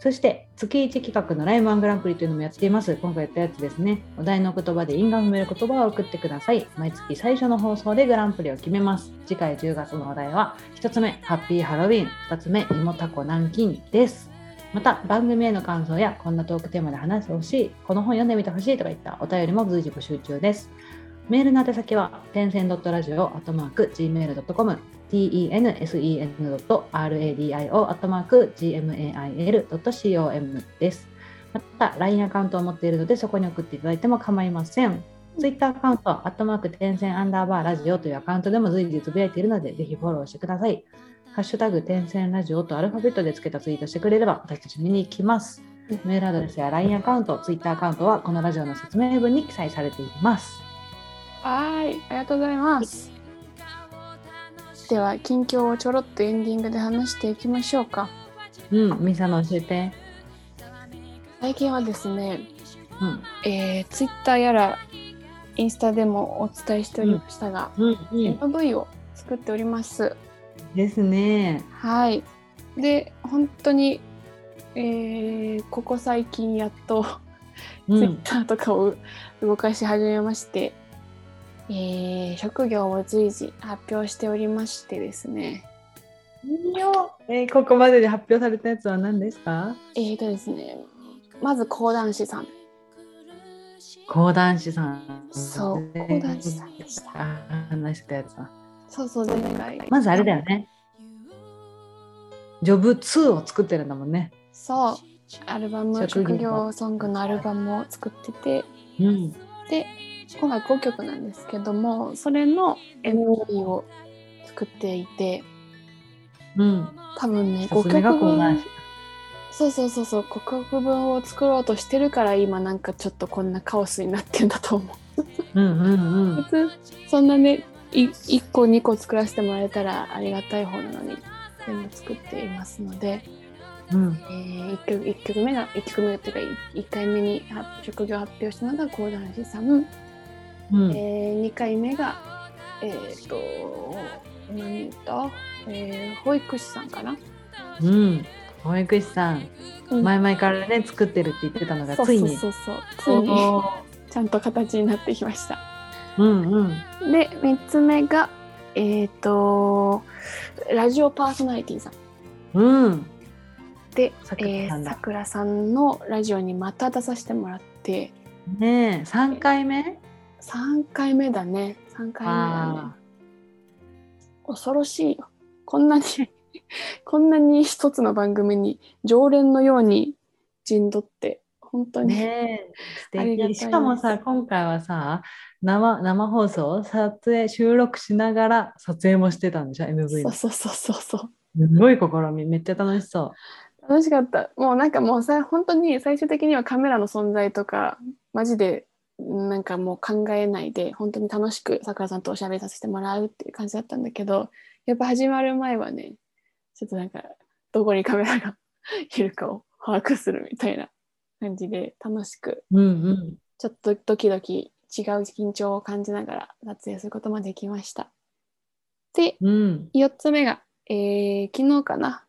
[SPEAKER 2] そして月1企画のライムワングランプリというのもやっています。今回やったやつですね。お題の言葉で因果を埋める言葉を送ってください。毎月最初の放送でグランプリを決めます。次回10月のお題は1つ目、ハッピーハロウィン。2つ目、芋たこ南京です。また番組への感想やこんなトークテーマで話してほしい、この本読んでみてほしいとかいったお便りも随時募集中です。メールの宛先は、点線 .radio.gmail.com、ten.sen.radio.gmail.com です。また、LINE アカウントを持っているので、そこに送っていただいても構いません。Twitter アカウント、アットマーク点線アンダーバーラジオというアカウントでも随時つぶやいているので、ぜひフォローしてください。ハッシュタグ点線ラジオとアルファベットでつけたツイートしてくれれば、私たち見に行きます。メールアドレスや LINE アカウント、Twitter アカウントはこのラジオの説明文に記載されています。
[SPEAKER 1] はい、ありがとうございます。では、近況をちょろっとエンディングで話していきましょうか。
[SPEAKER 2] うん、ミサの教えて。
[SPEAKER 1] 最近はですね、
[SPEAKER 2] うん。
[SPEAKER 1] えー、Twitter やらインスタでもお伝えしておりましたが、
[SPEAKER 2] うん、
[SPEAKER 1] MV を作っております。
[SPEAKER 2] ですね。
[SPEAKER 1] はい。で、本当に、えーここ最近やっと
[SPEAKER 2] う
[SPEAKER 1] ツイッ
[SPEAKER 2] ん。
[SPEAKER 1] ターとかを動かし始めまして、えー職業を随時発表しておりましてですね
[SPEAKER 2] えーここまでで発表されたやつは何ですか
[SPEAKER 1] えーとですねまず講談師さん
[SPEAKER 2] 講談師さん。
[SPEAKER 1] そう講談師さんでした
[SPEAKER 2] あ話してたやつだ
[SPEAKER 1] そうそう前回
[SPEAKER 2] まずあれだよね。ジョブ2を作ってるんだもんね。
[SPEAKER 1] そうアルバム
[SPEAKER 2] 職業
[SPEAKER 1] 職業ソングのアルバムを作ってて
[SPEAKER 2] うん。
[SPEAKER 1] で今回5曲なんですけどもそれの MV を作っていて
[SPEAKER 2] うん。
[SPEAKER 1] 多分ね
[SPEAKER 2] さす
[SPEAKER 1] 5
[SPEAKER 2] が
[SPEAKER 1] 曲
[SPEAKER 2] 講談
[SPEAKER 1] 分
[SPEAKER 2] 師。
[SPEAKER 1] そうそうそうそう国語文を作ろうとしてるから今なんかちょっとこんなカオスになってんだと思
[SPEAKER 2] うんうんう
[SPEAKER 1] う *laughs* 普
[SPEAKER 2] ん。
[SPEAKER 1] 通そんなねい1個2個作らせてもらえたらありがたい方なのに全部作っていますので、
[SPEAKER 2] うん
[SPEAKER 1] え。ー、1, 曲一曲目が1曲目っていうか 1, 回目に発職業発表したのが講談師さん、
[SPEAKER 2] うん。
[SPEAKER 1] えー、2回目がえっ、ー、と何だ、えー保育士さんかな
[SPEAKER 2] うん。保育士さん、
[SPEAKER 1] うん
[SPEAKER 2] 前々からね、作ってるって言ってたのが、
[SPEAKER 1] そう
[SPEAKER 2] つい
[SPEAKER 1] そう
[SPEAKER 2] に。
[SPEAKER 1] そうそうついに
[SPEAKER 2] おー
[SPEAKER 1] ちゃんと形になってきました
[SPEAKER 2] うんうん。
[SPEAKER 1] で3つ目がえっ、とラジオパーソナリティさん
[SPEAKER 2] うん。
[SPEAKER 1] で
[SPEAKER 2] さ
[SPEAKER 1] さ
[SPEAKER 2] くら
[SPEAKER 1] え
[SPEAKER 2] さん
[SPEAKER 1] ー
[SPEAKER 2] だ
[SPEAKER 1] さくらさんのラジオにまた出させてもらって
[SPEAKER 2] ねえ、三回目。
[SPEAKER 1] 3回目だね3回目だね
[SPEAKER 2] あ
[SPEAKER 1] 恐ろしいよこんなに *laughs* こんなに一つの番組に常連のように陣取って本当
[SPEAKER 2] あ。
[SPEAKER 1] に、
[SPEAKER 2] ねえ。
[SPEAKER 1] あ
[SPEAKER 2] 素
[SPEAKER 1] りがたい
[SPEAKER 2] 敵。
[SPEAKER 1] です
[SPEAKER 2] しかもさ、今回はさ、生、生放送、撮影、収録しながら、撮影もしてたんでしょ M.
[SPEAKER 1] そう
[SPEAKER 2] V. の
[SPEAKER 1] そ
[SPEAKER 2] す
[SPEAKER 1] うそうそうそう
[SPEAKER 2] ごい試み、めっちゃ楽しそ
[SPEAKER 1] 楽しかったもうなんかもうさ本当に最終的にはカメラの存在とかマジでなんかもう考えないで本当に楽しくさくらさんとおしゃべりさせてもらうっていう感じだったんだけどやっぱ始まる前はねちょっとなんかどこにカメラが *laughs* いるかを把握するみたいな感じで楽しく
[SPEAKER 2] う。うんうん。
[SPEAKER 1] ちょっとドキドキ違う緊張を感じながら撮影することもできました。で *laughs*
[SPEAKER 2] うん。
[SPEAKER 1] 4つ目が、えー昨日かな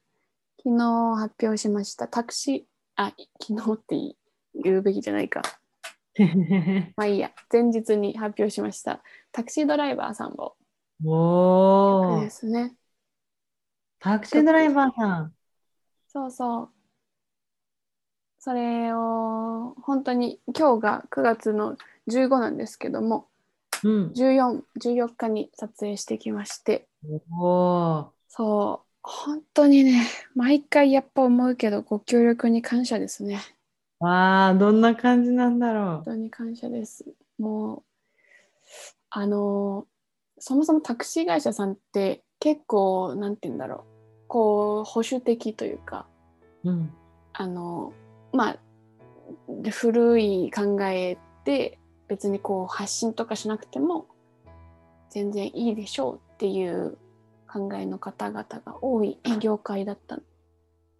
[SPEAKER 1] 昨日発表しましたタクシーあ昨日って言うべきじゃないかまあいいや前日に発表しましたタクシードライバーさんを
[SPEAKER 2] お
[SPEAKER 1] で
[SPEAKER 2] ー、
[SPEAKER 1] すね。
[SPEAKER 2] タクシードライバーさん。
[SPEAKER 1] そうそう。それを本当に今日が9月の15なんですけども
[SPEAKER 2] うん。
[SPEAKER 1] 14、14日に撮影してきまして
[SPEAKER 2] おー、
[SPEAKER 1] そう本当にね毎回やっぱ思うけどご協力に感謝ですね
[SPEAKER 2] わー、どんな感じなんだろ
[SPEAKER 1] 本当に感謝ですもうあのそもそもタクシー会社さんって結構なんて言うんだろうこう保守的というか
[SPEAKER 2] う。うん。
[SPEAKER 1] あのまあで古い考えで別にこう発信とかしなくても全然いいでしょうっていう考えの方々が多い業界だった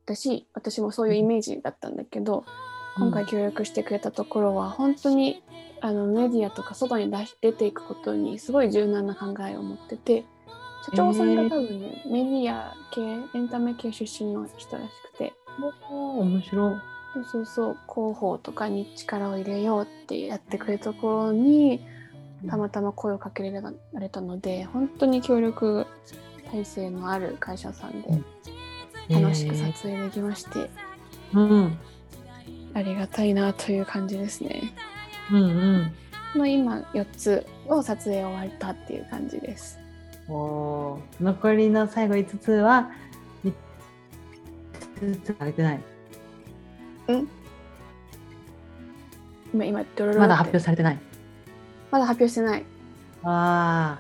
[SPEAKER 1] だし私もそういうイメージだったんだけど今回協力してくれたところは本当にあのメディアとか外に出し出ていくことにすごい柔軟な考えを持ってて社長さんが多分ね、メディア系エンタメ系出身の人らしくて。
[SPEAKER 2] おー、面白い。
[SPEAKER 1] そうそうそう広報とかに力を入れようってやってくれたところにたまたま声をかけられたられたので本当に協力体制のある会社さんで楽しく撮影できまして、
[SPEAKER 2] うん。
[SPEAKER 1] ありがたいなという感じですね。
[SPEAKER 2] うん
[SPEAKER 1] もう今4つを撮影終わったっていう感じです。
[SPEAKER 2] うん。おー、残りの最後5つは、5つされてない。
[SPEAKER 1] 今今ドロロ
[SPEAKER 2] まだ発表されてない。
[SPEAKER 1] まだ発表してない。
[SPEAKER 2] あ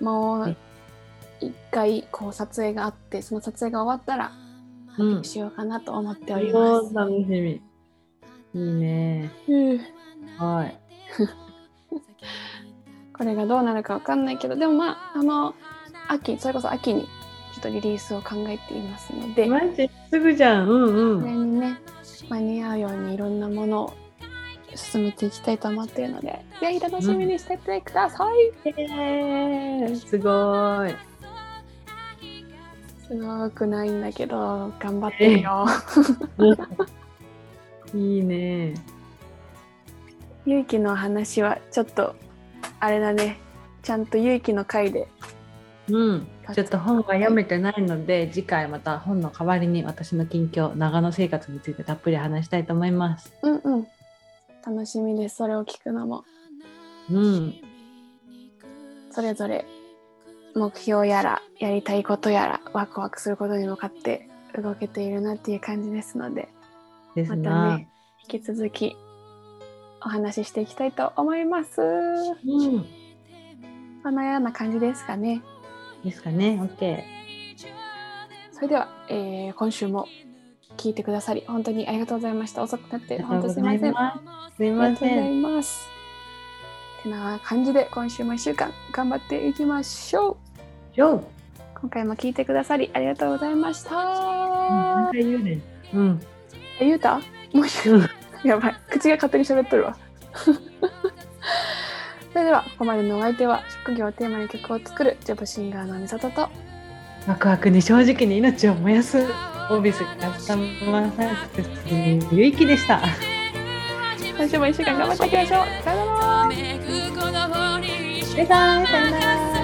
[SPEAKER 1] も
[SPEAKER 2] え
[SPEAKER 1] う一回こう撮影があってその撮影が終わったら発表しようかなと思って
[SPEAKER 2] ー、
[SPEAKER 1] おります。
[SPEAKER 2] おー楽しみ。いいね。
[SPEAKER 1] うん
[SPEAKER 2] はい。
[SPEAKER 1] *laughs* これがどうなるかわかんないけどでもまああの秋それこそ秋にちょっとリリースを考えていますので
[SPEAKER 2] マジすぐじゃん。うん
[SPEAKER 1] こ
[SPEAKER 2] う
[SPEAKER 1] れ
[SPEAKER 2] ん。
[SPEAKER 1] にね間に合うようにいろんなものを進めていきたいと思っているのでぜひ楽しみにしててください、
[SPEAKER 2] えー、す
[SPEAKER 1] *laughs*
[SPEAKER 2] ごい。
[SPEAKER 1] すごくないんだけど頑張ってるよ、
[SPEAKER 2] いいね。
[SPEAKER 1] 勇気の話はちょっとあれだねちゃんと勇気の回で
[SPEAKER 2] うん。ちょっと本が読めてないので、次回また本の代わりに私の近況、長野生活についてたっぷり話したいと思います。
[SPEAKER 1] うんうん楽しみですそれを聞くのも
[SPEAKER 2] うん。
[SPEAKER 1] それぞれ目標やらやりたいことやらワクワクすることに向かって動けているなっていう感じですので
[SPEAKER 2] です
[SPEAKER 1] ま
[SPEAKER 2] な。
[SPEAKER 1] たね引き続きお話ししていきたいと思います。
[SPEAKER 2] うん。
[SPEAKER 1] このような感じですかね。
[SPEAKER 2] ですかね。OK。
[SPEAKER 1] それでは、えー今週も聞いてくださり本当にありがとうございました。遅くなっ
[SPEAKER 2] あ
[SPEAKER 1] て
[SPEAKER 2] りが
[SPEAKER 1] 本
[SPEAKER 2] と
[SPEAKER 1] 当
[SPEAKER 2] う
[SPEAKER 1] す
[SPEAKER 2] ご
[SPEAKER 1] いま
[SPEAKER 2] ざい
[SPEAKER 1] せん。
[SPEAKER 2] ます。すい
[SPEAKER 1] あり
[SPEAKER 2] ま
[SPEAKER 1] がとうござ
[SPEAKER 2] せ
[SPEAKER 1] い
[SPEAKER 2] ん。
[SPEAKER 1] ます。てな感じで今週も1週間頑張っていきましょう。
[SPEAKER 2] よう。
[SPEAKER 1] 今回も聞いてくださりありがとうございました。
[SPEAKER 2] 何回言うねん。うん。
[SPEAKER 1] え、ゆうたもう言う。やばい。口が勝手に喋っとるわ。それでは、ここまでのお相手は、職業をテーマに曲を作る、ジョブシンガーの美里と、
[SPEAKER 2] ワクワクに正直に命を燃やす。オービスカスタマーサービスゆいきでした。
[SPEAKER 1] 今週も一週間頑張っていきましょう。さよなら
[SPEAKER 4] めくこの方に
[SPEAKER 2] バイバイ。さよなら。